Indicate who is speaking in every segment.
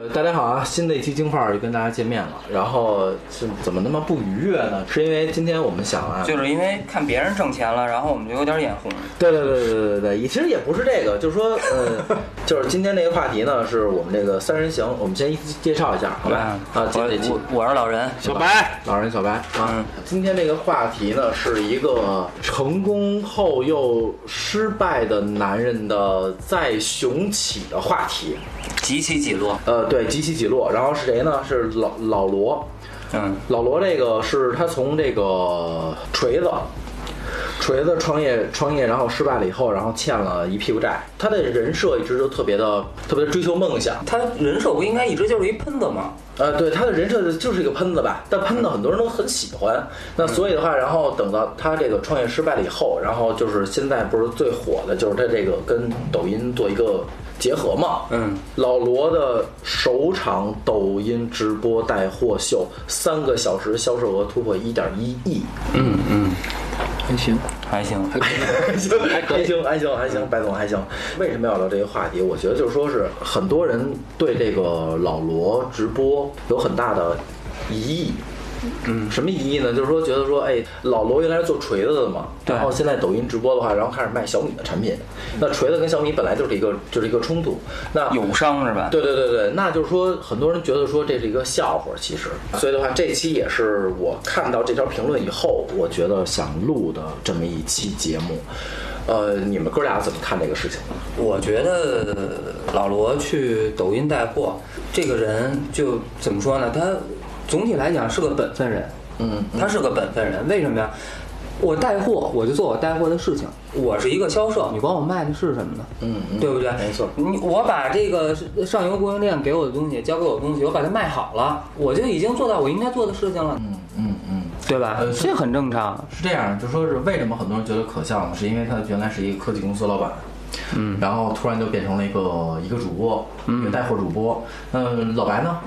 Speaker 1: 呃，大家好啊！新的一期京范儿又跟大家见面了。然后是怎么那么不愉悦呢？是因为今天我们想啊，
Speaker 2: 就是因为看别人挣钱了，然后我们就有点眼红。
Speaker 1: 对对对对对对，也其实也不是这个，就是说，呃，就是今天这个话题呢，是我们这个三人行，我们先一一介绍一下，好吧？啊，今天这期
Speaker 2: 嗯我我我是老人，
Speaker 3: 小白，
Speaker 1: 老人小白啊
Speaker 2: 嗯，
Speaker 1: 今天这个话题呢，是一个成功后又失败的男人的再雄起的话题。
Speaker 2: 几起几落。
Speaker 1: 呃，对，几起几落。然后是谁呢？是老老罗，
Speaker 2: 嗯，
Speaker 1: 老罗这个是他从这个锤子，锤子创业创业，然后失败了以后，然后欠了一屁股债。他的人设一直都特别的特别追求梦想，
Speaker 2: 他人设不应该一直就是一喷子吗？
Speaker 1: 呃，对，他的人设就是一个喷子吧，但喷子很多人都很喜欢。那所以的话，然后等到他这个创业失败了以后，然后就是现在不是最火的就是他这个跟抖音做一个结合嘛，
Speaker 2: 嗯，
Speaker 1: 老罗的首场抖音直播带货秀，三个小时销售额突破一点一亿，
Speaker 2: 嗯嗯，
Speaker 3: 还行，
Speaker 2: 还行。
Speaker 1: 还行，还行，还行，还行，白总还行。为什么要聊这个话题？我觉得就是说是很多人对这个老罗直播有很大的疑义。嗯，什么疑义呢？就是说觉得说，哎，老罗原来是做锤子的嘛，
Speaker 2: 对
Speaker 1: 然后现在抖音直播的话，然后开始卖小米的产品，那锤子跟小米本来就是一个就是一个冲突，那
Speaker 2: 友商是吧？
Speaker 1: 对对对对，那就是说，很多人觉得说这是一个笑话，其实，所以的话，这期也是我看到这条评论以后，我觉得想录的这么一期节目。呃，你们哥俩怎么看这个事情呢？
Speaker 2: 我觉得老罗去抖音带货，这个人就怎么说呢？他总体来讲是个本分人，
Speaker 1: 嗯，
Speaker 2: 他是个本分人。为什么呀？我带货，我就做我带货的事情。我是一个销售，你管我卖的是什么呢？
Speaker 1: 嗯嗯
Speaker 2: 对不对？
Speaker 1: 没错
Speaker 2: 你我把这个上游供应链给我的东西，交给我的东西，我把它卖好了，我就已经做到我应该做的事情了，
Speaker 1: 嗯嗯，
Speaker 2: 对吧
Speaker 1: 呃？是
Speaker 2: 这很正常。
Speaker 1: 是这样，就说是为什么很多人觉得可笑呢？是因为他原来是一个科技公司老板，嗯，然后突然就变成了一个一个主播，一个带货主播。嗯，老白呢？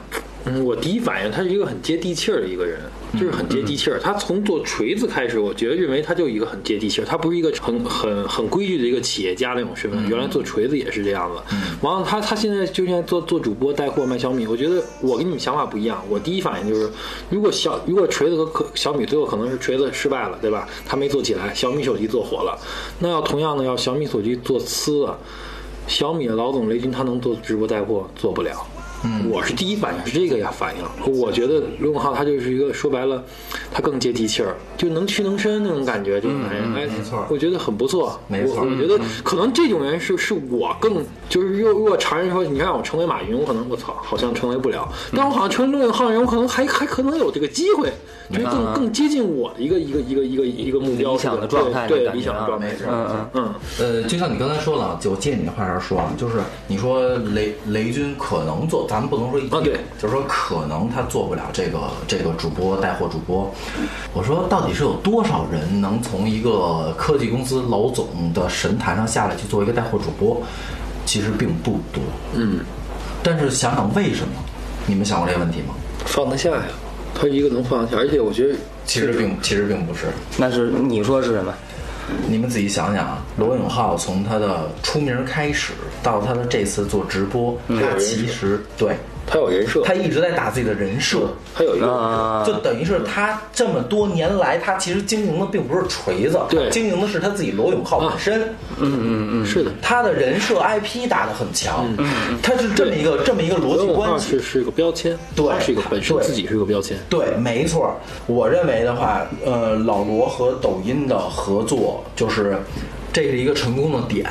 Speaker 3: 嗯，我第一反应他是一个很接地气儿的一个人，就是很接地气儿。他从做锤子开始，我觉得认为他就一个很接地气儿，他不是一个很很很规矩的一个企业家那种身份。原来做锤子也是这样子，完了他他现在就现在做做主播带货卖小米，我觉得我跟你们想法不一样。我第一反应就是，如果小如果锤子和可小米最后可能是锤子失败了，对吧？他没做起来，小米手机做火了，那要同样的要小米手机做呲了。小米的老总雷军他能做直播带货，做不了。嗯，我是第一反应是这个呀反应，我觉得罗永浩他就是一个说白了，他更接地气儿，就能屈能伸那种感觉，这种男人，哎，
Speaker 1: 没错
Speaker 3: 我觉得很不错，
Speaker 1: 没错
Speaker 3: 我我觉得可能这种人是是我更就是若若常人说，你让我成为马云，我可能我操，好像成为不了，但我好像成为罗永浩人，我可能还还可能有这个机会，就是更更接近我的一个一个一个一个一个目标
Speaker 2: 理想的
Speaker 3: 对
Speaker 2: 状态
Speaker 3: 对
Speaker 2: 感觉
Speaker 3: 理想的
Speaker 2: 啊
Speaker 3: 状态
Speaker 1: 没，错
Speaker 2: 嗯嗯，
Speaker 3: 嗯，
Speaker 1: 呃，就像你刚才说了，就我借你的话茬说啊，就是你说雷雷军可能做，咱们不能说一定
Speaker 3: 啊对
Speaker 1: 就是说可能他做不了这个这个主播带货主播。我说到底是有多少人能从一个科技公司老总的神坛上下来去做一个带货主播？其实并不多，嗯。但是想想为什么？你们想过这个问题吗？
Speaker 3: 放得下呀，他一个能放得下，而且我觉得
Speaker 1: 其实并其实并不是，
Speaker 2: 那是你说是什么？
Speaker 1: 你们仔细想想啊，罗永浩从他的出名开始到他的这次做直播，
Speaker 3: 嗯
Speaker 1: 他其实对
Speaker 3: 他有人设，
Speaker 1: 他一直在打自己的人设，
Speaker 3: 他有一
Speaker 1: 嗯
Speaker 3: 个
Speaker 2: 啊，
Speaker 1: 就等于是他这么多年来，他其实经营的并不是锤子，
Speaker 3: 对嗯
Speaker 1: 经营的是他自己罗永浩本身，嗯
Speaker 3: 是的，
Speaker 1: 他的人设 IP 打得很强，他是这么一个这么一个逻辑
Speaker 3: 嗯罗永浩
Speaker 1: 关系
Speaker 3: 是。是一个标签，
Speaker 1: 对
Speaker 3: 他是一个本身
Speaker 1: 对
Speaker 3: 自己是一个标签，
Speaker 1: 对，没错。我认为的话，呃，老罗和抖音的合作，就是这是一个成功的点。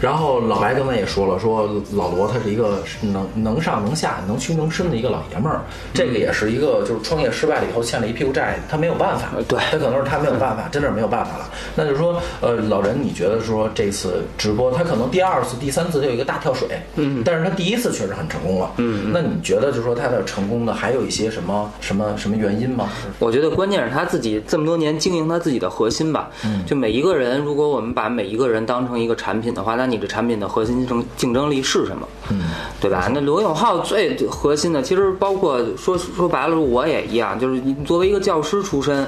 Speaker 1: 然后老白刚才也说了，说老罗他是一个能能上能下、能屈能伸的一个老爷们儿，这个也是一个就是创业失败了以后欠了一屁股债，他没有办法，
Speaker 2: 对
Speaker 1: 他可能是他没有办法，真的是没有办法了。那就是说，呃，老人，你觉得说这次直播，他可能第二次、第三次就有一个大跳水，嗯，但是他第一次确实很成功了，嗯，那你觉得就是说他的成功的还有一些什么什么什么原因吗？
Speaker 2: 我觉得关键是他自己这么多年经营他自己的核心吧。就每一个人，如果我们把每一个人当成一个产品的话，那你这产品的核心竞竞争力是什么？嗯，对吧？那罗永浩最核心的，其实包括说说白了，我也一样，就是你作为一个教师出身。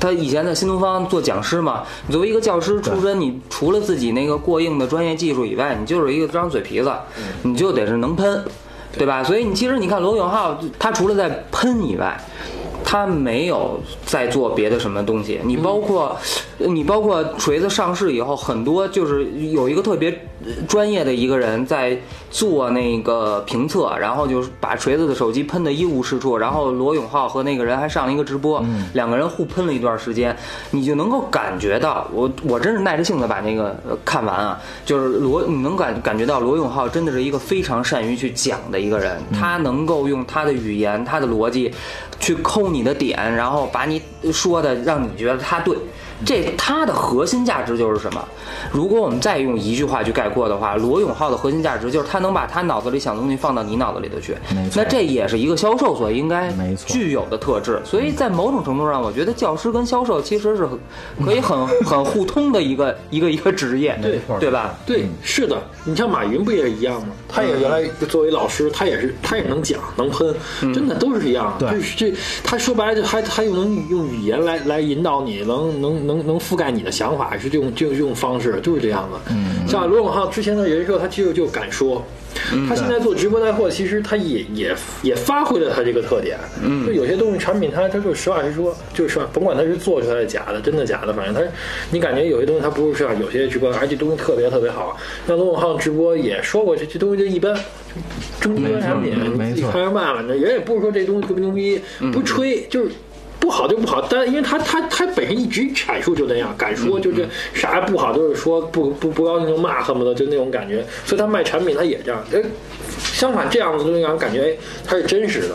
Speaker 2: 他以前在新东方做讲师嘛，你作为一个教师出身，你除了自己那个过硬的专业技术以外，你就是一个张嘴皮子，你就得是能喷，对吧？所以你其实你看罗永浩，他除了在喷以外。他没有在做别的什么东西，你包括，你包括锤子上市以后，很多就是有一个特别呃专业的一个人在做那个评测，然后就是把锤子的手机喷得一无是处，然后罗永浩和那个人还上了一个直播，两个人互喷了一段时间，你就能够感觉到，我我真是耐着性子把那个呃看完啊，就是罗，你能感感觉到罗永浩真的是一个非常善于去讲的一个人，他能够用他的语言、他的逻辑去抠你的点，然后把你说的让你觉得他对。这他的核心价值就是什么？如果我们再用一句话去概括的话，罗永浩的核心价值就是他能把他脑子里想的东西放到你脑子里头去
Speaker 1: 没。错
Speaker 2: 那这也是一个销售所应该
Speaker 1: 没错
Speaker 2: 具有的特质。所以在某种程度上，我觉得教师跟销售其实是很可以很很互通的一个一个一个职业，
Speaker 1: 没错
Speaker 2: 对吧？
Speaker 1: 嗯
Speaker 3: 对，是的，你像马云不也是一样吗？他也原来作为老师，他也是他也能讲能喷，真的都是一样。
Speaker 1: 嗯对
Speaker 3: 就是这他说白了就还还有能用语言来来引导你，能能能能覆盖你的想法，是这种这种这种方式，就是这样的。嗯，像罗永浩之前的人设，他其实就敢说。他现在做直播带货，其实他也也也发挥了他这个特点。嗯，就有些东西产品他，他就实话实说，就是说，甭管他是做出来的假的，真的假的，反正他，你感觉有些东西他不是实话，有些直播，而且东西特别特别好。那罗永浩直播也说过，这这东西就一般，中低端产品
Speaker 1: 没错没错嗯
Speaker 3: 你自己看着办，反正人也不是说这东西牛不牛逼，不吹，就是。不好就不好，但因为他他他本身一直阐述就那样，敢
Speaker 1: 嗯
Speaker 3: 说就是啥不好就是说不不不高兴就骂，恨不得就那种感觉，所以他卖产品他也这样。哎，相反这样的东西让人感觉哎他是真实的，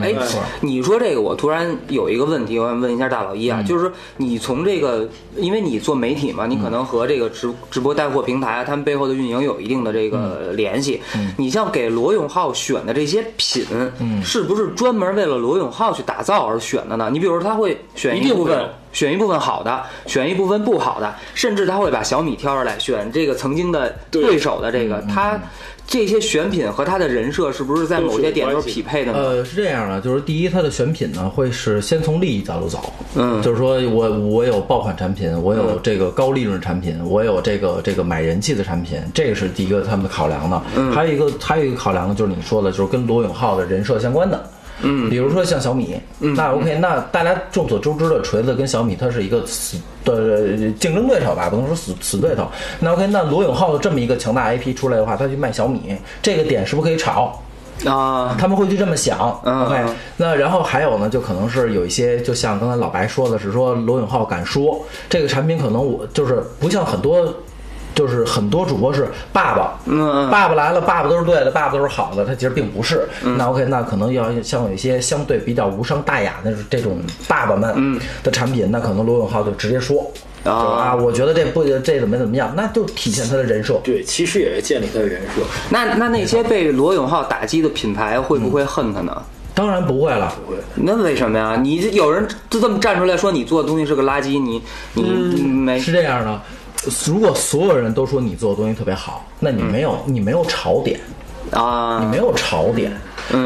Speaker 2: 哎
Speaker 1: 没错，，
Speaker 2: 你说这个，我突然有一个问题，我想问一下大老一
Speaker 1: 嗯
Speaker 2: 啊，就是你从这个，因为你做媒体嘛，你
Speaker 1: 嗯
Speaker 2: 可能和这个直直播带货平台啊，他们背后的运营有一定的这
Speaker 1: 嗯
Speaker 2: 个联系。你像给罗永浩选的这些品，
Speaker 1: 嗯
Speaker 2: 是不是专门为了罗永浩去打造而选的呢？你比如说，他会选
Speaker 3: 一定
Speaker 2: 部
Speaker 3: 会
Speaker 2: 分
Speaker 3: 有。
Speaker 2: 选一部分好的，选一部分不好的，甚至他会把小米挑出来，选这个曾经的
Speaker 3: 对
Speaker 2: 对手的这
Speaker 1: 嗯
Speaker 2: 个，他这些选品和他的人设是不是在
Speaker 3: 都是
Speaker 2: 某些
Speaker 3: 有
Speaker 2: 点都
Speaker 3: 关
Speaker 2: 是匹
Speaker 3: 系
Speaker 2: 配的呢？
Speaker 1: 呃，是这样的，就是第一，它的选品呢会是先从利益角度走，
Speaker 2: 嗯
Speaker 1: 就是说我我有爆款产品，我有这个高利润产品，我有这个这个买人气的产品，这个是第一个他们的考量的。还有一个还有一个考量的就是你说的，就是跟罗永浩的人设相关的。嗯，比如说像小米，那 OK，那大家众所周知的锤子跟小米，它是一个死的竞争对手吧，不能说死死对头。那 OK，那罗永浩这么一个强大 IP 出来的话，他去卖小米，这个点是不是可以炒？
Speaker 2: 啊，
Speaker 1: 他们会去这么想。
Speaker 2: 嗯
Speaker 1: OK，
Speaker 2: 嗯
Speaker 1: 那然后还有呢，就可能是有一些，就像刚才老白说的是说罗永浩敢说这个产品，可能我就是不像很多。就是很多主播是爸爸，
Speaker 2: 嗯嗯
Speaker 1: 爸爸来了，爸爸都是对的，爸爸都是好的，他其实并不是。那 OK，那可能要像有一些相对比较无伤大雅的这种爸爸们的产品，那可能罗永浩就直接说
Speaker 2: 嗯啊
Speaker 1: 啊，我觉得这不这怎么怎么样，那就体现他的人设。
Speaker 3: 对，其实也是建立他的人设。
Speaker 2: 那那那些被罗永浩打击的品牌会不会恨他呢？
Speaker 1: 当然不会了，
Speaker 2: 那为什么呀？你这有人就这么站出来说你做的东西是个垃圾，你你、
Speaker 3: 嗯
Speaker 2: 嗯没
Speaker 1: 是这样的，如果所有人都说你做的东西特别好，那你没有、你没有槽点，你
Speaker 2: 啊？
Speaker 1: 没有槽点。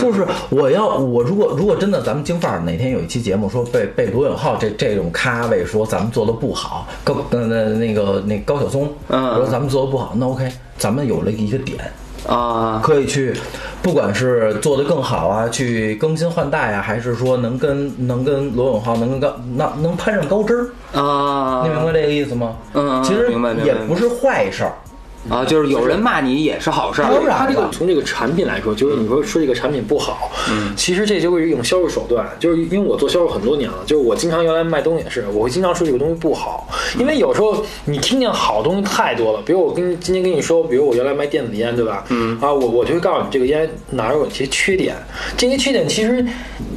Speaker 1: 就是我要我如果如果真的咱们京范儿哪天有一期节目说被被罗永浩这这种咖位说咱们做的不好，高呃那那个那高晓松，
Speaker 2: 嗯
Speaker 1: 说咱们做的不好，那 OK，咱们有了一个点，
Speaker 2: 啊
Speaker 1: 可以去，不管是做得更好啊，去更新换代啊，还是说能跟能跟罗永浩能跟高那能攀上高枝儿，
Speaker 2: 啊
Speaker 1: 你明白这个意思吗？
Speaker 2: 嗯嗯
Speaker 1: 其实
Speaker 2: 明白明白
Speaker 1: 也不是坏事儿。
Speaker 2: 啊！就是有人骂你也是好事儿，
Speaker 1: 当然
Speaker 3: 他这
Speaker 1: 了
Speaker 3: 个从这个产品来说，就是你说说这个产品不好，其实这就是一种销售手段。就是因为我做销售很多年了，就是我经常原来卖东西也是，我会经常说这个东西不好，因为有时候你听见好东西太多了。比如我跟今天跟你说，比如我原来卖电子烟，对吧？嗯啊，我我就会告诉你这个烟哪儿有些缺点，这些缺点其实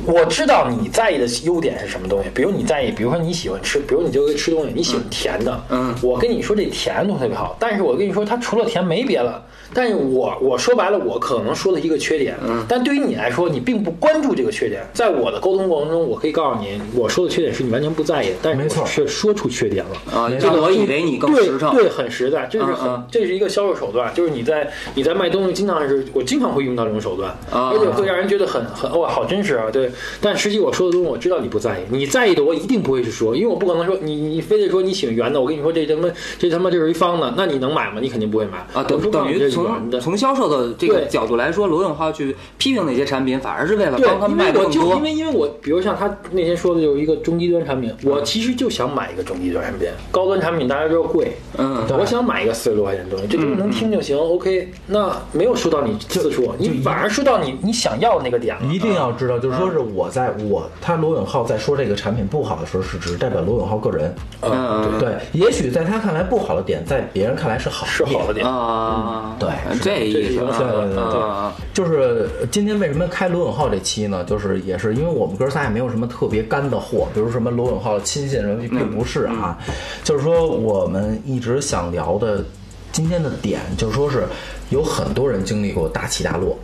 Speaker 3: 我知道你在意的优点是什么东西。比如你在意，比如说你喜欢吃，比如你就吃东西，你喜欢甜的，
Speaker 2: 嗯
Speaker 3: 我跟你说这甜的东西特别好，但是我跟你说它除了甜没别的。但是我我说白了，我可能说了一个缺点，
Speaker 2: 嗯
Speaker 3: 但对于你来说，你并不关注这个缺点。在我的沟通过程中，我可以告诉你，我说的缺点是你完全不在意的，但是
Speaker 1: 没错
Speaker 3: 我是说出缺点了。
Speaker 2: 啊，就我以为你更实诚
Speaker 3: 对，对，很实在，这是很、
Speaker 2: 嗯嗯
Speaker 3: 这是一个销售手段，就是你在你在卖东西，经常是我经常会用到这种手段，
Speaker 2: 啊
Speaker 3: 而且会让人觉得很很哇，好真实啊！对，但实际我说的东西，我知道你不在意，你在意的我一定不会去说，因为我不可能说你你你非得说你喜欢圆的，我跟你说这他妈这他妈就是一方的，那你能买吗？你肯定不会买
Speaker 2: 啊，
Speaker 3: 我
Speaker 2: 等
Speaker 3: 不
Speaker 2: 等
Speaker 3: 管你这
Speaker 2: 于
Speaker 3: 是圆
Speaker 2: 从
Speaker 3: 的。
Speaker 2: 从销售的这个
Speaker 3: 对
Speaker 2: 角度来说，罗永浩去批评那些产品，反而是为了
Speaker 3: 对
Speaker 2: 帮他，们
Speaker 3: 因
Speaker 2: 卖
Speaker 3: 为
Speaker 2: 得
Speaker 3: 我
Speaker 2: 更
Speaker 3: 就因
Speaker 2: 多。
Speaker 3: 为因为我，比如像他那天说的，就是一个中低端产品，
Speaker 2: 嗯
Speaker 3: 我其实就想买一个中低端产品，高端产品大家知道贵，
Speaker 2: 嗯，
Speaker 1: 对
Speaker 3: 我想买一个四十多块钱的东西，这东西能听就行。OK，那没有说到你次数，你反而说到你你想要的那个点了。啊
Speaker 1: 一定要知道，就是说是我在我他罗永浩在说这个产品不好的时候，是只代表罗永浩个人。
Speaker 2: 嗯
Speaker 1: 对，也许在他看来不好的点，在别人看来是好
Speaker 3: 是好的
Speaker 1: 点。
Speaker 3: 点。
Speaker 2: 啊，
Speaker 3: 嗯
Speaker 1: 对是
Speaker 2: 这意思啊，
Speaker 1: 对对对对
Speaker 2: 啊
Speaker 1: 就是今天为什么开罗永浩这期呢？就是也是因为我们哥仨也没有什么特别干的货，比如什么罗永浩的亲信什么，并不是啊。
Speaker 2: 嗯
Speaker 1: 就是说我们一直想聊的今天的点，就是说是有很多人经历过大起大落。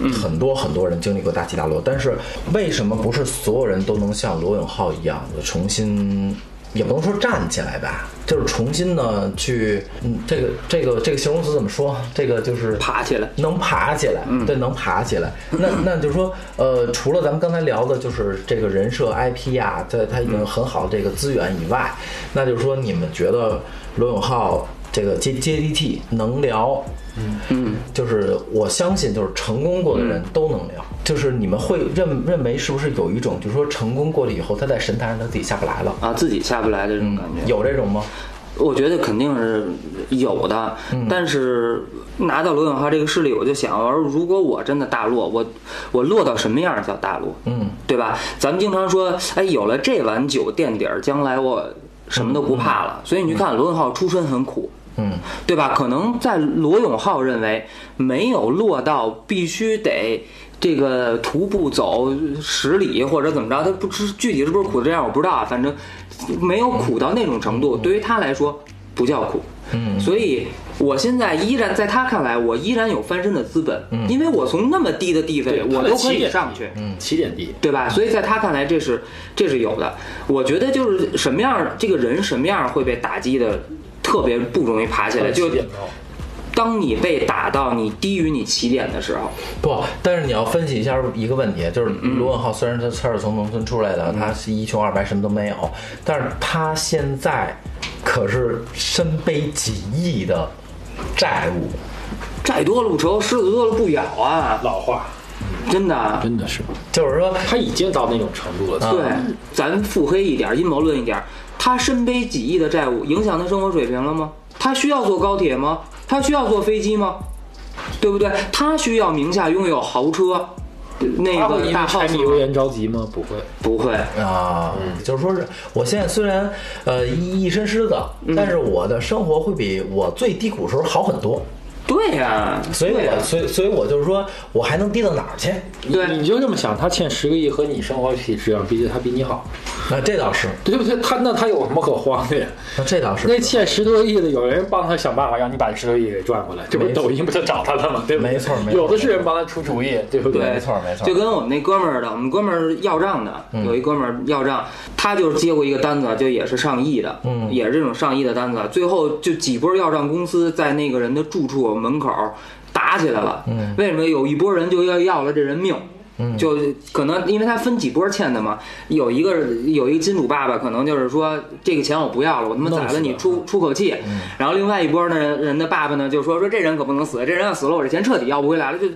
Speaker 2: 嗯
Speaker 1: 很多很多人经历过大起大落，但是为什么不是所有人都能像罗永浩一样的重新，也不能说站起来吧，就是重新呢去，嗯，这个这个这个形容词怎么说？这个就是
Speaker 2: 爬起来。
Speaker 1: 能爬起来，对，能爬起来。那那就是说，呃，除了咱们刚才聊的，就是这个人设 IP 啊，在它已经很好的这个资源以外，那就是说，你们觉得罗永浩这个接接地气能聊，嗯嗯，就是我相信，就是成功过的人都能聊。就是你们会认认为是不是有一种，就是说成功过了以后，他在神坛上他自己下不来了，
Speaker 2: 啊，自己下不来的这种感觉，
Speaker 1: 有这种吗？
Speaker 2: 我觉得肯定是有的。但是拿到罗永浩这个事例，我就想，我说如果我真的大落，我我落到什么样叫大落？
Speaker 1: 嗯，
Speaker 2: 对吧？咱们经常说，哎，有了这碗酒垫底儿，将来我什么都不怕了。所以你去看罗永浩出身很苦，
Speaker 1: 嗯，
Speaker 2: 对吧？可能在罗永浩认为没有落到必须得这个徒步走十里或者怎么着，他不知具体是不是苦这样我不知道啊，反正没有苦到那种程度，对于他来说不叫苦。嗯，所以我现在依然在他看来，我依然有翻身的资本，因为我从那么低的地位，
Speaker 3: 对
Speaker 2: 我
Speaker 3: 它的
Speaker 2: 都可
Speaker 3: 起
Speaker 2: 以
Speaker 3: 点
Speaker 2: 上去。
Speaker 3: 嗯，起点低。
Speaker 2: 对吧？所以在他看来，这是这是有的。我觉得就是什么样儿这个人什么样儿会被打击的，特别不容易爬起来。就
Speaker 3: 起点高
Speaker 2: 当你被打到你低于你起点的时候，
Speaker 1: 不，但是你要分析一下一个问题，就是
Speaker 3: 嗯
Speaker 1: 罗永浩虽然他他是从农村出来的，他是一穷二白，什么都没有，但是他现在可是身背几亿的债务，
Speaker 2: 债多了不愁，虱子多了不咬啊！
Speaker 3: 老话，
Speaker 2: 真的。啊
Speaker 3: 真的是，
Speaker 1: 就是说，
Speaker 3: 他已经到那种程度了。啊
Speaker 2: 对，咱腹黑一点儿，阴谋论一点儿，他身背几亿的债务，影响他生活水平了吗？他需要坐高铁吗？他需要坐飞机吗？对不对？他需要名下拥有豪车，那
Speaker 3: 他会
Speaker 2: 个
Speaker 3: 因
Speaker 2: 大
Speaker 3: 为
Speaker 2: h
Speaker 3: 柴
Speaker 2: o
Speaker 3: 米油盐着急吗？不会。
Speaker 2: 不会。
Speaker 3: 嗯
Speaker 1: 啊，就是说是我现在虽然呃一一身虱子，
Speaker 3: 嗯
Speaker 1: 但是我的生活会比我最低谷时候好很多，
Speaker 2: 对呀、
Speaker 1: 所以
Speaker 2: 对呀
Speaker 3: 啊
Speaker 1: 我所以所以我就是说我还能低到哪儿去？
Speaker 2: 对
Speaker 3: 你你就这么想，他欠十个亿和你生活品质上，毕竟他比你好，
Speaker 1: 那这倒是，
Speaker 3: 对不对？他那他有什么可慌的呀？
Speaker 1: 那这倒是
Speaker 3: 那欠十多亿的，有人帮他想办法让你把十多亿给赚回来，这不是
Speaker 1: 没错
Speaker 3: 抖音不就找他了吗？对不对？
Speaker 1: 没错没错
Speaker 3: 有的是人帮他出主意，对不
Speaker 2: 对，
Speaker 1: 没错没错嗯
Speaker 2: 就跟我们那哥们儿的，我们哥们儿要账的，有一哥们儿要账，他就是接过一个单子，就也是上亿的，
Speaker 1: 嗯
Speaker 2: 也是这种上亿的单子，最后就几波要账公司在那个人的住处门口打起来了，
Speaker 1: 嗯
Speaker 2: 为什么有一波人就要要了这人命？就可能因为他分几波欠的嘛，有一个有一个金主爸爸可能就是说这个钱我不要了，我他妈宰了你出出口气，然后另外一波呢人的爸爸呢就说说这人可不能死，这人要死了我这钱彻底要不回来了。就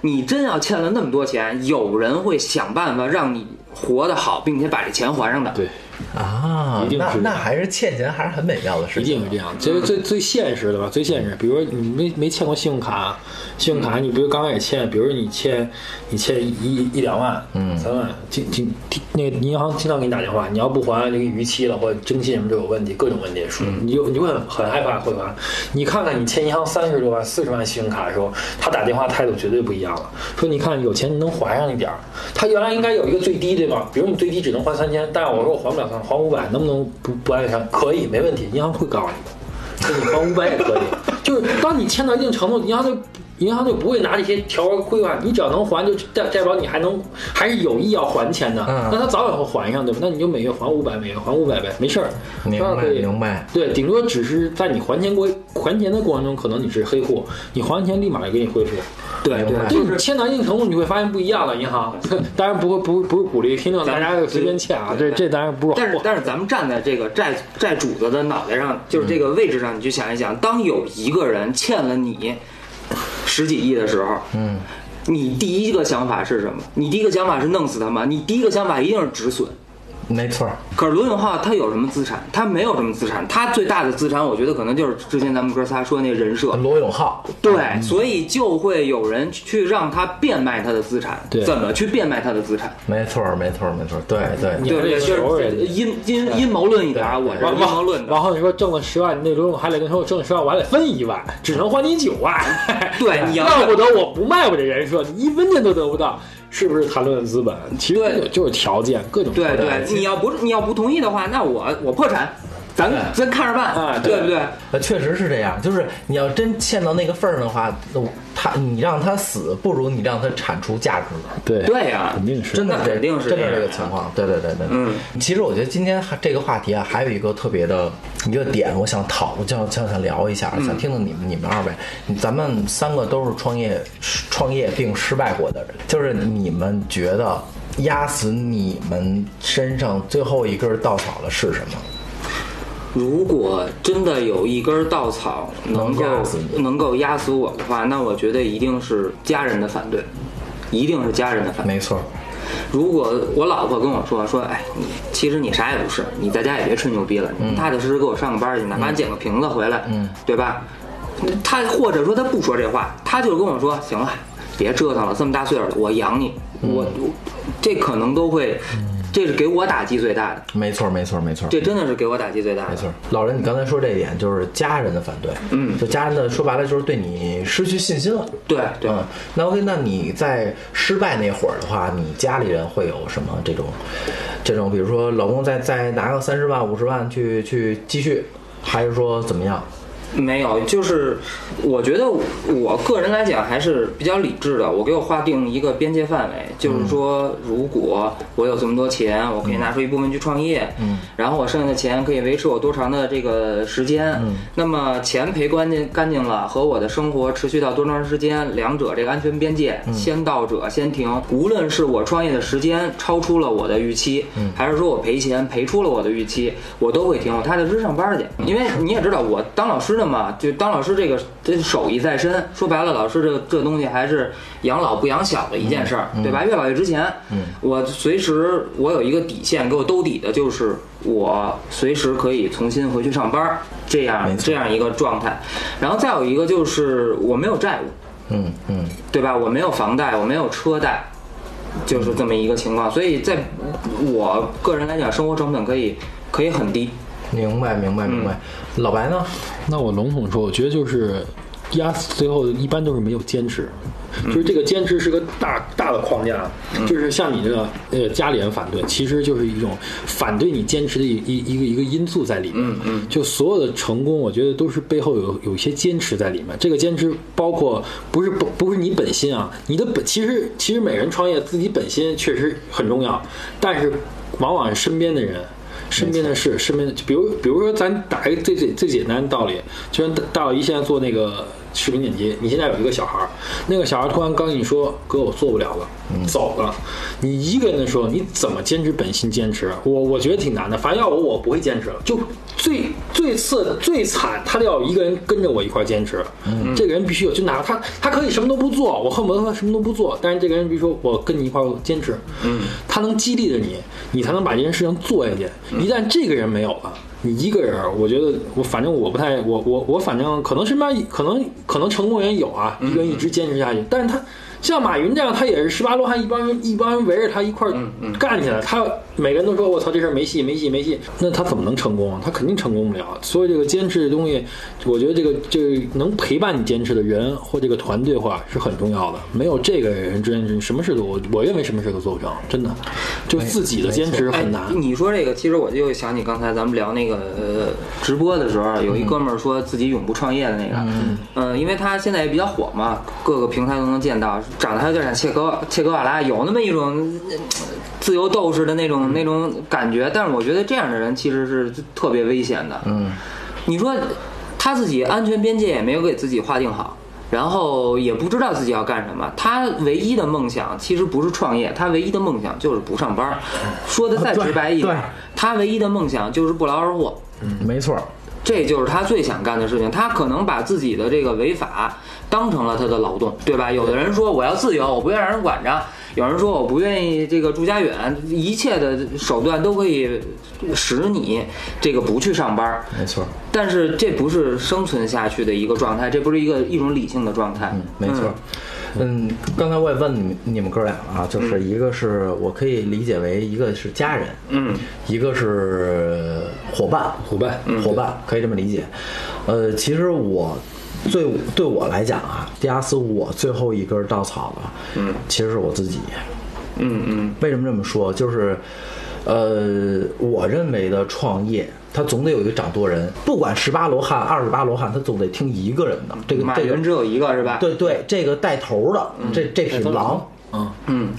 Speaker 2: 你真要欠了那么多钱，有人会想办法让你活得好，并且把这钱还上的。
Speaker 3: 对，
Speaker 1: 啊
Speaker 3: 一，定
Speaker 1: 那
Speaker 3: 是
Speaker 1: 那还是欠钱还是很美妙的事
Speaker 3: 一
Speaker 1: 情，
Speaker 3: 定是这样。其实最最现实的吧，最现实。比如说你没没欠过信用卡，信用卡你不是刚开始欠，比如说你欠你欠一一两万，嗯，三万，经经那个银行经常给你打电话，你要不还就给你逾期了，或者征信什么就有问题，各种问题说，你就你会很很害怕会还。你看看你欠银行三十多万、四十万信用卡的时候，他打电话态度绝对不一样了，说你看有钱你能还上一点儿，他原来应该有一个最低对吧？比如你最低只能还三千，但是我说我还不了三，还五百，能不能不不按上？可以，没问题，银行会告诉你的。就你还五百也可以。就是当你欠到一定程度，银行就银行就不会拿这些条文规范，你只要能还就代代表你还能还是有意要还钱的，
Speaker 1: 嗯
Speaker 3: 那他早晚会还上，对吧？那你就每月还五百，每月还五百呗，没事儿，
Speaker 1: 明
Speaker 3: 照样
Speaker 1: 白
Speaker 3: 可以
Speaker 1: 明白。
Speaker 3: 对，顶多只是在你还钱过还钱的过程中，可能你是黑户，你还完钱立马就给你恢复。
Speaker 2: 对
Speaker 1: 明白
Speaker 2: 对，嗯
Speaker 3: 对你欠到一定程度，你会发现不一样了。银行 当然不会，不不是鼓励听众大家随便欠啊，这
Speaker 2: 对
Speaker 3: 这当然不是好。
Speaker 2: 但是但是咱们站在这个债债主子的脑袋上，就是这个位置上，你去想一想，当有一个人欠了你十几亿的时候，嗯，你第一个想法是什么？你第一个想法是弄死他吗？你第一个想法一定是止损。
Speaker 1: 没错儿，
Speaker 2: 可是罗永浩他有什么资产？他没有什么资产，他最大的资产，我觉得可能就是之前咱们哥仨说的那人设。
Speaker 1: 罗永浩，
Speaker 2: 对，所以就会有人去让他变卖他的资产。
Speaker 3: 对
Speaker 2: 怎么去变卖他的资产？
Speaker 1: 没错儿，没错儿，没错儿，对对，
Speaker 2: 对对，
Speaker 3: 你还得求
Speaker 2: 就
Speaker 3: 人
Speaker 2: 是
Speaker 3: 家
Speaker 2: 阴阴阴谋论一点啊，我是
Speaker 3: 然
Speaker 2: 阴
Speaker 3: 后
Speaker 2: 谋论的。
Speaker 3: 然后你说挣了十万，那罗永还得跟他说我挣了十万，我还得分一万，只能还你九万。
Speaker 2: 对嗯你要
Speaker 3: 要不得我不卖我这人设，你一分钱都得不到，是不是谈论资本？其实
Speaker 2: 对
Speaker 3: 就就是条件，各种
Speaker 2: 对
Speaker 3: 条件
Speaker 2: 对，你要不你要不同意的话，那我我破产，咱
Speaker 1: 对
Speaker 2: 咱看着办，
Speaker 3: 啊对
Speaker 2: 对不对？
Speaker 1: 呃，确实是这样。就是你要真欠到那个份儿的话，那我他你让他死，不如你让他产出价值。
Speaker 3: 对
Speaker 2: 对呀
Speaker 3: 肯定是
Speaker 1: 真的
Speaker 2: 那
Speaker 1: 这
Speaker 2: 肯定是
Speaker 1: 真
Speaker 2: 这
Speaker 1: 的这
Speaker 2: 样
Speaker 1: 个
Speaker 2: 呀
Speaker 1: 情况。对对对对，对
Speaker 2: 嗯。
Speaker 1: 其实我觉得今天还这个话题啊，还有一个特别的一个点，我想讨，我想想想聊一
Speaker 2: 嗯
Speaker 1: 下，想听听你们你们二位，咱们三个都是创业创业并失败过的人，就是你们觉得压死你们身上最后一根稻草的是什么？
Speaker 2: 如果真的有一根稻草能够
Speaker 1: 能压死你
Speaker 2: 能够压死我的话，那我觉得一定是家人的反对，一定是家人的反对。
Speaker 1: 没错，
Speaker 2: 如果我老婆跟我说说，哎，你其实你啥也不是，你在家也别吹牛逼了，
Speaker 1: 嗯
Speaker 2: 你踏踏实实给我上个班去，哪怕你捡个瓶子回来，嗯，对吧？他或者说他不说这话，他就跟我说，行了，别折腾了，这么大岁数了，我养你，
Speaker 1: 嗯
Speaker 2: 我我这可能都会，这是给我打击最大的，
Speaker 1: 没错，没错，没错。
Speaker 2: 这真的是给我打击最大的，
Speaker 1: 没错，老人，你刚才说这一点就是家人的反对，嗯，就家人的说白了就是对你失去信心了，
Speaker 2: 对对。
Speaker 1: 嗯，那 OK，那你在失败那会儿的话，你家里人会有什么这种，这种，比如说老公再再拿个三十万、五十万去去积蓄，还是说怎么样？
Speaker 2: 没有，就是我觉得我个人来讲还是比较理智的。我给我划定一个边界范围，就是说，如果我有这么多钱，我可以拿出一部分去创业，嗯，然后我剩下的钱可以维持我多长的这个时间，嗯，那么钱赔干净干净了，和我的生活持续到多长时间，两者这个安全边界，先到者先停。无论是我创业的时间超出了我的预期，
Speaker 1: 嗯
Speaker 2: 还是说我赔钱赔出了我的预期，我都会停，我踏踏实实上班去。
Speaker 1: 嗯
Speaker 2: 因为你也知道，我当老师的嘛，就当老师这个这手艺在身，说白了，老师这个这东西还是养老不养小的一件事儿，
Speaker 1: 嗯
Speaker 2: 对吧？越老越值钱。我随时我有一个底线，给我兜底的就是我随时可以重新回去上班，这样
Speaker 1: 没错
Speaker 2: 这样一个状态。然后再有一个就是我没有债务，
Speaker 1: 嗯嗯，
Speaker 2: 对吧？我没有房贷，我没有车贷，就是这么一个情况。所以在我个人来讲，生活成本可以可以很低。
Speaker 1: 明白明白明白。老白呢？
Speaker 3: 那我笼统说，我觉得就是压死最后一般都是没有坚持，就是这个坚持是个大大的框架，就是像你这个呃家里人反对，其实就是一种反对你坚持的一一一个一个因素在里面。嗯嗯，就所有的成功，我觉得都是背后有有一些坚持在里面。这个坚持包括不是不不是你本心啊，你的本其实其实每人创业自己本心确实很重要，但是往往身边的人。身边的事，身边的，就比如比如说，咱打一个最最最简单的道理，就像大大老一现在做那个视频剪辑，你现在有一个小孩儿，那个小孩儿突然刚跟你说：“哥，我做不了了，走了。”你一个人的时候，你怎么坚持本心坚持？我我觉得挺难的，反正要我，我不会坚持了。就最最次最惨，他得要有一个人跟着我一块儿坚持，这个人必须有，就哪怕他他可以什么都不做，我恨不得他什么都不做，但是这个人必须说我跟你一块儿坚持，嗯，他能激励着你，你才能把这件事情做下去。一旦这个人没有了。你一个人儿，我觉得我反正我不太我我我反正可能身边可能可能成功人有啊，一个人一直坚持下去，但是他像马云这样，他也是十八罗汉一帮人一帮人围着他一块儿干起来，他每个人都说我操这事儿没戏没戏没戏，那他怎么能成功啊？他肯定成功不了。所以这个坚持的东西，我觉得这个这个能陪伴你坚持的人或这个团队化是很重要的。没有这个人之间，什么事都我我认为什么事都做不成，真的，就自己的坚持很难。
Speaker 2: 哎你说这个，其实我就想起刚才咱们聊那个呃直播的时候，有一哥们儿说自己永不创业的那个，嗯、呃，因为他现在也比较火嘛，各个平台都能见到，长得还有点像切格切格瓦拉，有那么一种呃自由斗士的那种那种感觉。但是我觉得这样的人其实是特别危险的。嗯，你说他自己安全边界也没有给自己划定好。然后也不知道自己要干什么。他唯一的梦想其实不是创业，他唯一的梦想就是不上班。说的再直白一点
Speaker 1: 对对，
Speaker 2: 他唯一的梦想就是不劳而获。
Speaker 1: 没错儿，
Speaker 2: 这就是他最想干的事情。他可能把自己的这个违法当成了他的劳动，对吧？有的人说我要自由，我不愿意让人管着；有人说我不愿意这个住家远，一切的手段都可以使你这个不去上班。
Speaker 1: 没错儿，
Speaker 2: 但是这不是生存下去的一个状态，这不是一个一种理性的状态。
Speaker 1: 没错儿。嗯，刚才我也问你们你们哥俩了啊，就是一个是我可以理解为一个是家人，嗯，一个是伙伴，
Speaker 3: 伙伴
Speaker 1: 伙伴可以这么理解。呃，其实我最对我来讲啊，压死我最后一根稻草了，嗯，其实是我自己，
Speaker 2: 嗯嗯
Speaker 1: 为什么这么说？就是，呃，我认为的创业，它总得有一个掌舵人，不管十八罗汉、二十八罗汉，他总得听一个人的。这个
Speaker 2: 马
Speaker 1: 这个
Speaker 2: 云，只有一个是吧？，
Speaker 1: 对对，这个带头的，这这匹狼，
Speaker 2: 嗯，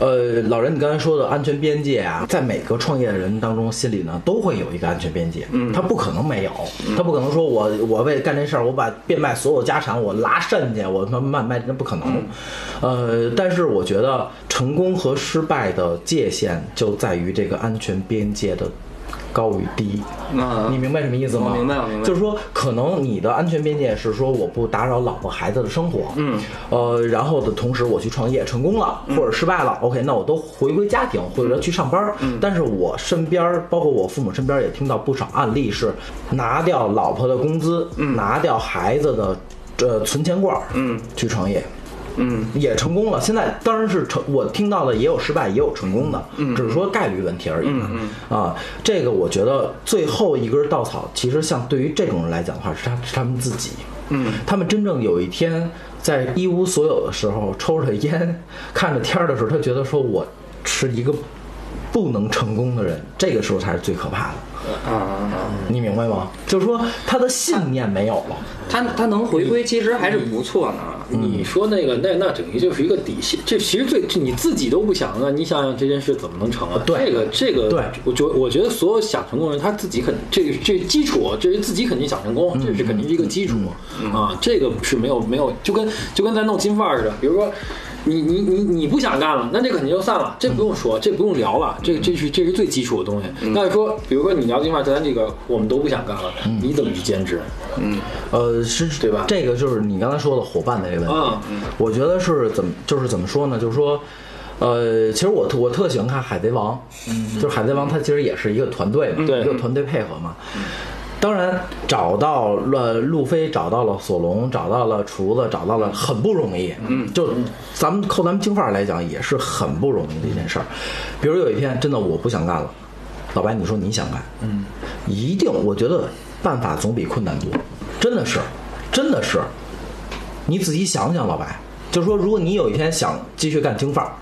Speaker 1: 呃，老人，你刚才说的安全边界啊，在每个创业的人当中，心里呢都会有一个安全边界，嗯，他不可能没有，他不可能说我我为干这事儿，我把变卖所有家产，我拉肾去，我他妈卖卖，那不可能，呃，但是我觉得成功和失败的界限就在于这个安全边界的高与低，
Speaker 2: 那
Speaker 1: 你明白什么意思吗？
Speaker 2: 我明白我明白
Speaker 1: 就是说，可能你的安全边界是说我不打扰老婆孩子的生活，嗯，呃，然后的同时我去创业成功了
Speaker 2: 嗯
Speaker 1: 或者失败了、o k 那我都回归家庭或者去上班。嗯、但是我身边儿，包括我父母身边儿也听到不少案例是拿掉老婆的工资，嗯、拿掉孩子的呃存钱罐，嗯，去创业。
Speaker 2: 嗯，
Speaker 1: 也成功了。现在当然是成，我听到的也有失败，也有成功的，只是说概率问题而已。嗯啊，这个我觉得最后一根稻草，其实像对于这种人来讲的话，是他是他们自己。嗯，他们真正有一天在一无所有的时候，抽着烟，看着天儿的时候，他觉得说我是一个不能成功的人，这个时候才是最可怕的。
Speaker 2: 啊啊啊！
Speaker 1: 你明白吗？就是说他的信念没有了。
Speaker 2: 他他能回
Speaker 1: 嗯
Speaker 2: 归，其实还是不错呢。
Speaker 3: 你说那个，那那等于就是一个底线，这其实最这你自己都不想呢，你想想这件事怎么能成啊？
Speaker 1: 对
Speaker 3: 这个这个，
Speaker 1: 对
Speaker 3: 我觉我觉得所有想成功的人，他自己肯这个这基础，这是自己肯定想成功，这是肯定是一个基础、啊，这个是没有没有，就跟就跟咱弄金范儿似的，比如说。你你你你不想干了，那这肯定就散了，这不用说，这不用聊了，这这是这是最基础的东西。那说，比如说你聊金范儿，咱这个我们都不想干了，你怎么去坚持？
Speaker 1: 呃，是嗯
Speaker 3: 对吧
Speaker 1: 这个就是你刚才说的伙伴的这个问题，
Speaker 3: 啊
Speaker 1: 我觉得是怎么就是怎么说呢？就是说，呃，其实我特我特喜欢看《海贼王》，就是《海贼王》它其实也是一个团队嘛，
Speaker 3: 对
Speaker 1: 一个团队配合嘛。当然，找到了路飞，找到了索隆，找到了厨子，找到了很不容易。嗯，就咱们扣咱们京范儿来讲，也是很不容易的一件事儿。比如有一天，真的我不想干了，老白，你说你想干，嗯，一定，我觉得办法总比困难多，真的是，真的是。你仔细想想，老白，就是说，如果你有一天想继续干京范儿，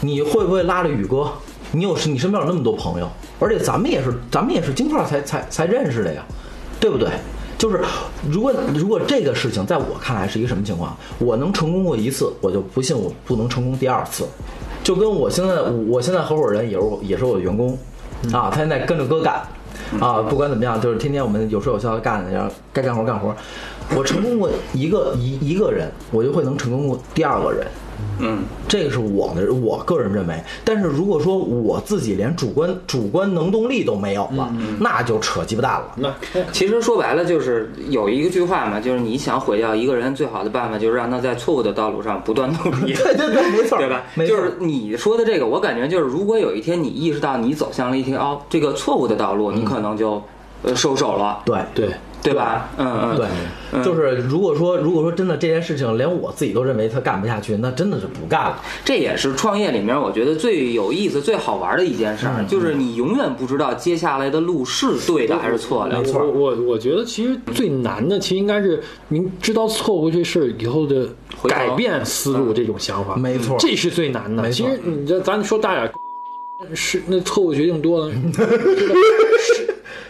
Speaker 1: 你会不会拉着宇哥？你有你身边有那么多朋友，而且咱们也是咱们也是京范儿才才才认识的呀，对不对？就是如果如果这个事情在我看来是一个什么情况？我能成功过一次，我就不信我不能成功第二次。就跟我现在我现在合伙人也是我也是我的员工啊，他现在跟着哥干。啊，不管怎么样，就是天天我们有说有笑的干，然后该干活干活。我成功过一个一一个人，我就会能成功过第二个人。
Speaker 2: 嗯，
Speaker 1: 这个是我的我个人认为。但是如果说我自己连主观主观能动力都没有了，
Speaker 2: 嗯
Speaker 1: 那就扯鸡巴蛋了。
Speaker 3: 那
Speaker 2: 其实说白了就是有一个句话嘛，就是你想毁掉一个人，最好的办法就是让他在错误的道路上不断努 力。
Speaker 1: 对对对，没错，
Speaker 2: 对吧？
Speaker 1: 没
Speaker 2: 就
Speaker 1: 错，
Speaker 2: 是你说的这个，我感觉就是，如果有一天你意识到你走向了一条这个错误的道路，你可能就呃收手了。
Speaker 1: 对
Speaker 3: 对
Speaker 2: 对吧？嗯嗯，
Speaker 4: 对，就是如果说如果说真的这件事情连我自己都认为他干不下去，那真的是不干了。
Speaker 2: 这也是创业里面我觉得最有意思、最好玩的一件事儿，就是你永远不知道接下来的路是对的还是错的。
Speaker 3: 我我我觉得其实最难的，其实应该是您知道错误这事儿以后的
Speaker 2: 回头
Speaker 3: 改变思路这种想法，
Speaker 4: 没错
Speaker 3: 这是最难的。
Speaker 4: 没
Speaker 3: 其
Speaker 4: 错
Speaker 3: 实你这咱说大点儿，是那错误决定多了，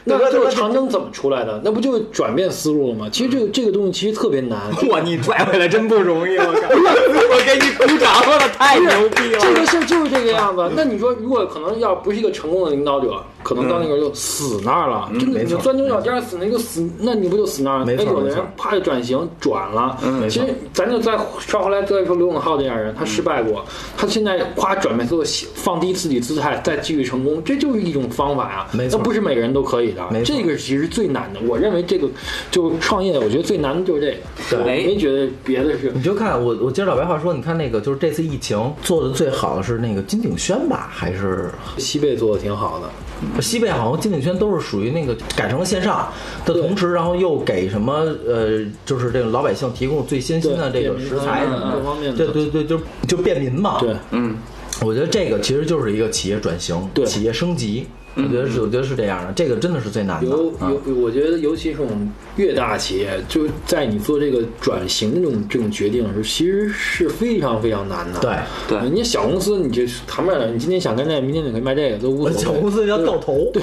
Speaker 3: 那
Speaker 4: 那
Speaker 3: 就
Speaker 4: 那
Speaker 3: 是长征怎么出来的？那不就是转变思路了吗？其实这个这个东西其实特别难，
Speaker 2: 哇，你拽回来真不容易，我靠！ 我给你鼓掌，说的太牛逼
Speaker 4: 啊
Speaker 3: 这个事儿就是这个样子。那你说，如果可能要不是一个成功的领导者，可能到那个就死那儿了，真
Speaker 4: 嗯
Speaker 3: 的，
Speaker 4: 没
Speaker 3: 你
Speaker 4: 错
Speaker 3: 钻牛角尖儿死那就死，那你不就死那儿了？哎
Speaker 4: 没
Speaker 3: 那
Speaker 4: 错
Speaker 3: 有的
Speaker 4: 没
Speaker 3: 人
Speaker 4: 错嗯
Speaker 3: 啪就转型转了。
Speaker 4: 没
Speaker 3: 其
Speaker 4: 错
Speaker 3: 实咱就再稍后来再说刘永浩这样人，他失败过，
Speaker 4: 嗯
Speaker 3: 他现在夸转变思路，放低自己姿态，再继续成功，这就是一种方法呀。
Speaker 4: 没错
Speaker 3: 那不是每个人都可以的
Speaker 4: 没。错
Speaker 3: 这个其实最难的，我认为这个就创业，我觉得最难的就是这个，我
Speaker 2: 哎
Speaker 3: 没觉得别的是
Speaker 4: 你就看我，我接着老白话说，你看那个就是这次疫情做的最好的是那个金鼎轩吧，还是
Speaker 3: 西贝做的挺好的。
Speaker 4: 西贝好像金鼎轩都是属于那个改成了线上的
Speaker 3: 对
Speaker 4: 同时，然后又给什么呃，就是这个老百姓提供最新鲜的这
Speaker 3: 对
Speaker 4: 个
Speaker 3: 便民
Speaker 4: 食材
Speaker 3: 啊
Speaker 4: 什么
Speaker 3: 各方面
Speaker 4: 对
Speaker 3: 的
Speaker 4: 对对，就就便民嘛。
Speaker 3: 对，
Speaker 2: 嗯，
Speaker 4: 我觉得这个其实就是一个企业转型，
Speaker 3: 对嗯
Speaker 4: 企业升级，我觉得是我觉得是这样的，这个真的是最难的。
Speaker 3: 尤
Speaker 4: 啊
Speaker 3: 尤，我觉得尤其是我们越大企业，就是在你做这个转型这种这种决定的时候，其实是非常非常难的。
Speaker 4: 对
Speaker 2: 对
Speaker 3: 人家小公司，你这谈不了，你今天想干这，个，明天你可以卖这个，都无
Speaker 4: 我
Speaker 3: 所
Speaker 4: 小
Speaker 3: 谓。
Speaker 4: 公司要掉头，对，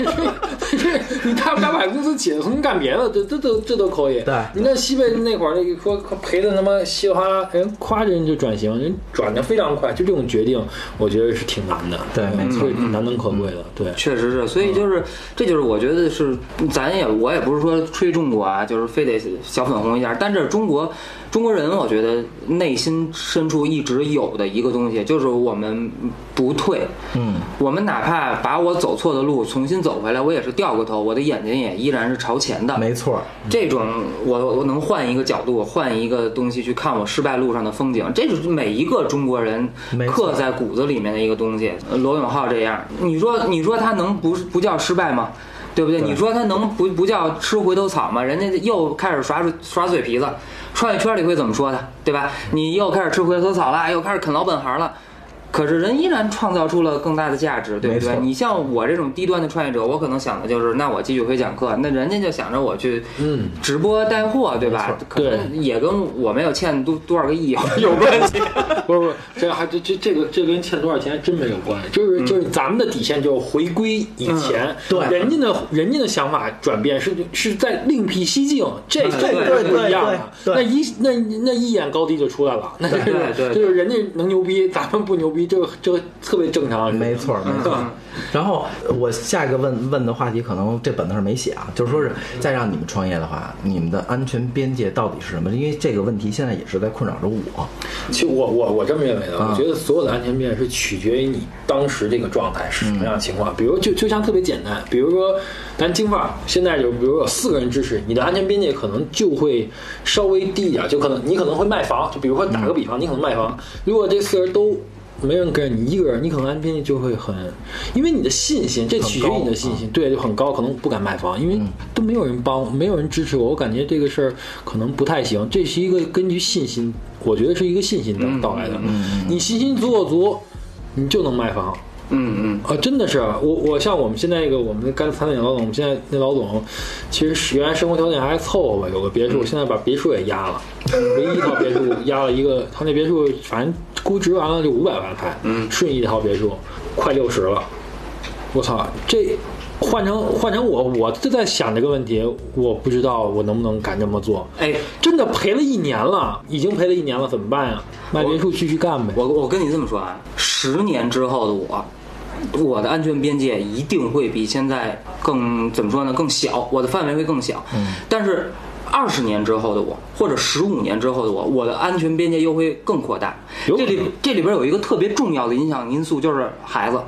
Speaker 3: 这这 你大不大把公司起来，能干别的，这这都这都可以。
Speaker 4: 对
Speaker 3: 你那西贝那会儿，那个说赔的他妈稀里哗啦，人夸着人就转型，人转的非常快，就这种决定，我觉得是挺难的，
Speaker 4: 对没
Speaker 3: 错，难能可贵的，对。
Speaker 2: 确实是，所以
Speaker 4: 嗯
Speaker 2: 就是，这就是我觉得是，咱也我也不是说吹中国啊，就是非得小粉红一下，但是中国中国人，我觉得内心深处一直有的一个东西，就是我们不退，嗯，我们哪怕把我走错的路重新走回来，我也是掉过头，我的眼睛也依然是朝前的，
Speaker 4: 没错，
Speaker 2: 这种我我能换一个角度，换一个东西去看我失败路上的风景，这是每一个中国人
Speaker 4: 没错
Speaker 2: 刻在骨子里面的一个东西。呃罗永浩这样，你说你说他能不不叫失败吗？对不对？你说他能不不叫吃回头草吗？人家又开始耍耍嘴皮子，创业圈里会怎么说他？对吧？你又开始吃回头草了，又开始啃老本行了。可是人依然创造出了更大的价值，对不
Speaker 4: 没
Speaker 2: 对？
Speaker 4: 错
Speaker 2: 你像我这种低端的创业者，我可能想的就是，那我继续会讲课，那人家就想着我去
Speaker 3: 嗯
Speaker 2: 直播带货，对吧？可能也跟我没有欠多多少个亿有有关系。
Speaker 3: 不是不是，这还这这这个这跟欠多少钱还真没有关系，就是就是咱们的底线就是回归以前，
Speaker 4: 嗯对
Speaker 3: 人家的人家的想法转变是是在另辟蹊径，这这
Speaker 2: 对
Speaker 3: 个是不一样的。
Speaker 4: 嗯对对对
Speaker 3: 那一那那一眼高低就出来了，那就是
Speaker 2: 对对对
Speaker 3: 就是人家能牛逼，咱们不牛逼，这个这个特别正常。
Speaker 4: 没错，没错。然后我下一个问问的话题，可能这本子上没写啊，就是说是再让你们创业的话，你们的安全边界到底是什么？因为这个问题现在也是在困扰着我。
Speaker 3: 其实我我我这么认为的，
Speaker 4: 啊
Speaker 3: 我觉得所有的安全变是取决于你当时这个状态是什么样的情况。比如就就像特别简单，比如说咱京范儿现在就比如有四个人支持，你的安全边界可能就会稍微低一点，就可能你可能会卖房，就比如说打个比方，你可能卖房，如果这四个人都。没人跟着你一个人，你可能安全边界就会很，因为你的信心，这取决于你的信心，嗯对，就很高，可能不敢卖房，因为都没有人帮，没有人支持我，我感觉这个事儿可能不太行。这是一个根据信心，我觉得是一个信心的到来的。你信心足够足，你就能卖房。
Speaker 2: 嗯嗯，
Speaker 3: 啊，真的是我我像我们现在这个我们的干餐饮老总，我们现在那老总，其实是原来生活条件还凑合吧，有个别墅，现在把别墅也压了，唯一一套别墅压了一个，他那别墅反正估值完了就五百万块，嗯，顺义一套别墅快六十了，我操，这换成换成我，我就在想这个问题，我不知道我能不能敢这么做，
Speaker 2: 哎，
Speaker 3: 真的赔了一年了，已经赔了一年了，怎么办呀？卖别墅继续干呗。
Speaker 2: 我我跟你这么说啊，十年之后的我。我的安全边界一定会比现在更怎么说呢？更小，我的范围会更小。嗯，但是二十年之后的我，或者十五年之后的我，我的安全边界又会更扩大。
Speaker 3: 有可
Speaker 2: 这
Speaker 3: 能
Speaker 2: 里这里边有一个特别重要的影响因素，就是孩子。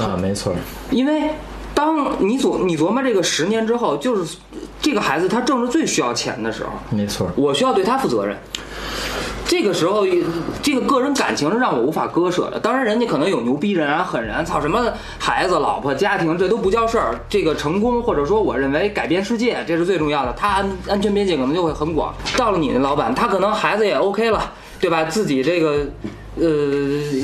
Speaker 4: 啊，没错，
Speaker 2: 因为当你琢你琢磨这个十年之后，就是这个孩子他挣着最需要钱的时候，
Speaker 4: 没错。
Speaker 2: 我需要对他负责任。这个时候，这个个人感情是让我无法割舍的。当然，人家可能有牛逼人啊、狠人啊，操什么孩子、老婆、家庭，这都不叫事儿。这个成功，或者说我认为改变世界，这是最重要的。他安安全边界可能就会很广。到了你的老板，他可能孩子也 OK 了，对吧？自己这个，呃，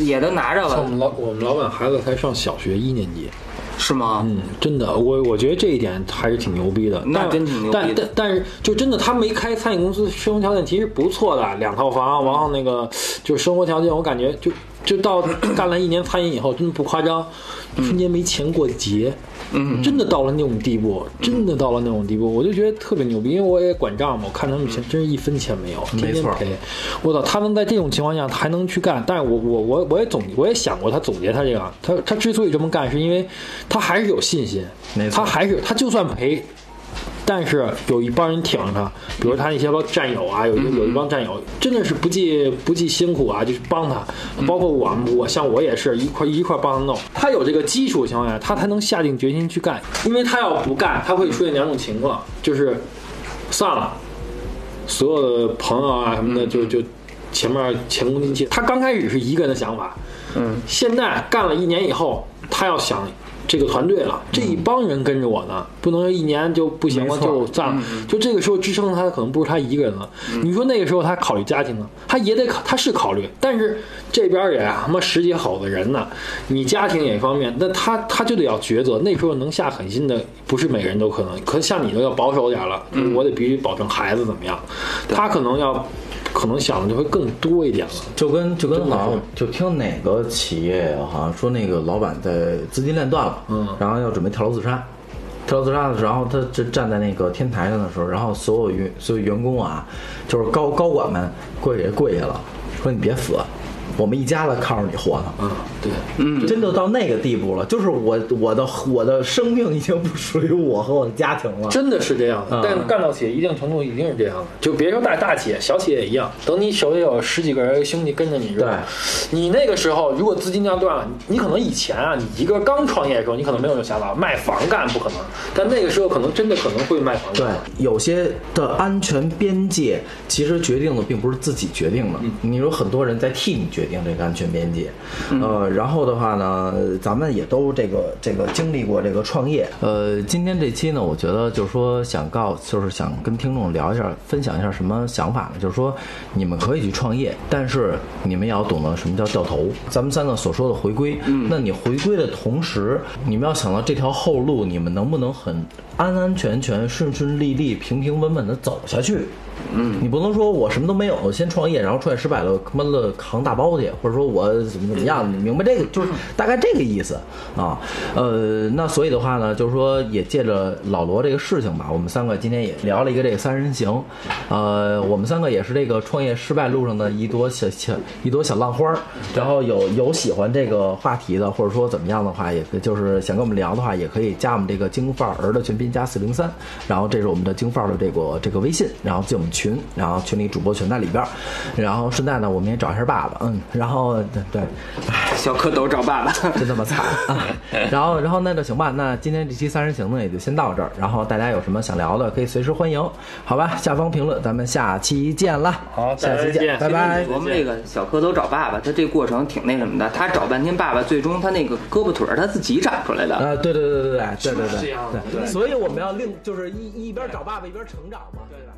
Speaker 2: 也都拿着
Speaker 3: 像我
Speaker 2: 了，
Speaker 3: 们老我们老板孩子才上小学一年级，
Speaker 2: 是吗？
Speaker 3: 嗯，真的，我我觉得这一点还是挺牛逼的，
Speaker 2: 那
Speaker 3: 但
Speaker 2: 真挺牛逼的
Speaker 3: 但但但是，就真的他没开餐饮公司，生活条件其实不错的，两套
Speaker 2: 嗯
Speaker 3: 房，然后那个就是生活条件，我感觉就就 到干了一年餐饮以后，真的不夸张，
Speaker 2: 嗯
Speaker 3: 瞬间没钱过节。嗯，真的到了那种地步，
Speaker 2: 嗯
Speaker 3: 真的到了那种地步，我就觉得特别牛逼，因为我也管账嘛，我看他们
Speaker 2: 嗯
Speaker 3: 钱真是一分钱没有，天
Speaker 5: 没
Speaker 3: 天
Speaker 5: 错
Speaker 3: 赔。我操，他能在这种情况下还能去干，但是我我我我也总我也想过他总结他这个，啊他他之所以这么干，是因为他还是有信心，
Speaker 5: 没错
Speaker 3: 他还是他就算赔。但是有一帮人挺着他，比如他那些帮战友啊，有
Speaker 5: 嗯
Speaker 3: 一有一帮战友真的是不计不计辛苦啊，就是帮他，
Speaker 5: 嗯
Speaker 3: 包括我我像我也是一块一块帮他弄，他有这个基础情况下，他才能下定决心去干，因为他要不干，他会出现两种情况，就是算了，所有的朋友啊什么的，就就前面前功尽弃。他刚开始是一个人的想法，嗯，现在干了一年以后，他要想这个团队了，这一帮人跟着我呢，不能说一年就不行了
Speaker 5: 嗯没错嗯
Speaker 3: 就算了。就这个时候支撑他的可能不是他一个人了。你说那个时候他考虑家庭呢，他也得考，他是考虑，但是这边也啊他妈十几口子人呢，你家庭也方面，那他他就得要抉择。那时候能下狠心的不是每个人都可能，可像你都要保守点了，
Speaker 5: 嗯
Speaker 3: 我得必须保证孩子怎么样，他可能要。可能想的就会更多一点了，
Speaker 1: 就跟就跟好像就听哪个企业好像说那个老板在资金链断了，嗯，然后要准备跳楼自杀，跳楼自杀的时候，然后他就站在那个天台上的时候，然后所有员所有员工啊，就是高高管们跪下跪下了，说你别死，我们一家子靠着你活呢，
Speaker 3: 嗯，对，
Speaker 1: 嗯，真的到那个地步了，就是我我的我的生命已经不属于我和我的家庭了，
Speaker 3: 真的是这样的
Speaker 1: 嗯。
Speaker 3: 但干到企业一定程度一定是这样的，就别说大大企业，小企业也一样。等你手里有十几个人兄弟跟着你，
Speaker 1: 对，
Speaker 3: 你那个时候如果资金量断了，你你可能以前啊，你一个刚创业的时候，你可能没有这种想法，卖房干不可能，但那个时候可能真的可能会卖房
Speaker 1: 对
Speaker 3: 干。，
Speaker 1: 有些的安全边界其实决定的并不是自己决定的，你有很多人在替你决定这个安全边界。呃，然后的话呢，咱们也都这个这个经历过这个创业。呃，今天这期呢，我觉得就是说想告，就是想跟听众聊一下，分享一下什么想法呢？就是说你们可以去创业，但是你们也要懂得什么叫掉头。咱们三个所说的回归，那你回归的同时，你们要想到这条后路，你们能不能很安安全全、顺顺利利、平平稳稳的走下去？嗯，你不能说我什么都没有，先创业，然后创业失败了，他妈的扛大包去，或者说我怎么怎么样，你明白这个就是大概这个意思啊。呃，那所以的话呢，就是说也借着老罗这个事情吧，我们三个今天也聊了一个这个三人行，呃，我们三个也是这个创业失败路上的一朵小小一朵小浪花儿。然后有有喜欢这个话题的，或者说怎么样的话，也可就是想跟我们聊的话，也可以加我们这个京范儿的全拼加四零三，然后这是我们的京范儿的这个这个微信，然后进我们群，然后群里主播群在里边儿，然后顺带呢，我们也找一下爸爸，嗯，然后对对，
Speaker 2: 小蝌蚪找爸爸。
Speaker 1: 真他妈惨啊！然后，然后那就行吧。那今天这期三人行呢，也就先到这儿。然后大家有什么想聊的，可以随时欢迎，好吧？下方评论，咱们下期见啦！
Speaker 3: 好
Speaker 1: 下期
Speaker 3: 大家再
Speaker 1: 见，
Speaker 3: 见
Speaker 1: 拜拜。
Speaker 2: 我们这个小蝌蚪找爸爸，他这过程挺那什么的，他找半天爸爸，最终他那个胳膊腿儿他自己长出来的。
Speaker 1: 啊，对对对对对对对
Speaker 3: 是这样的
Speaker 1: 对对，所以我们要另就是一一边找爸爸一边成长嘛，对吧？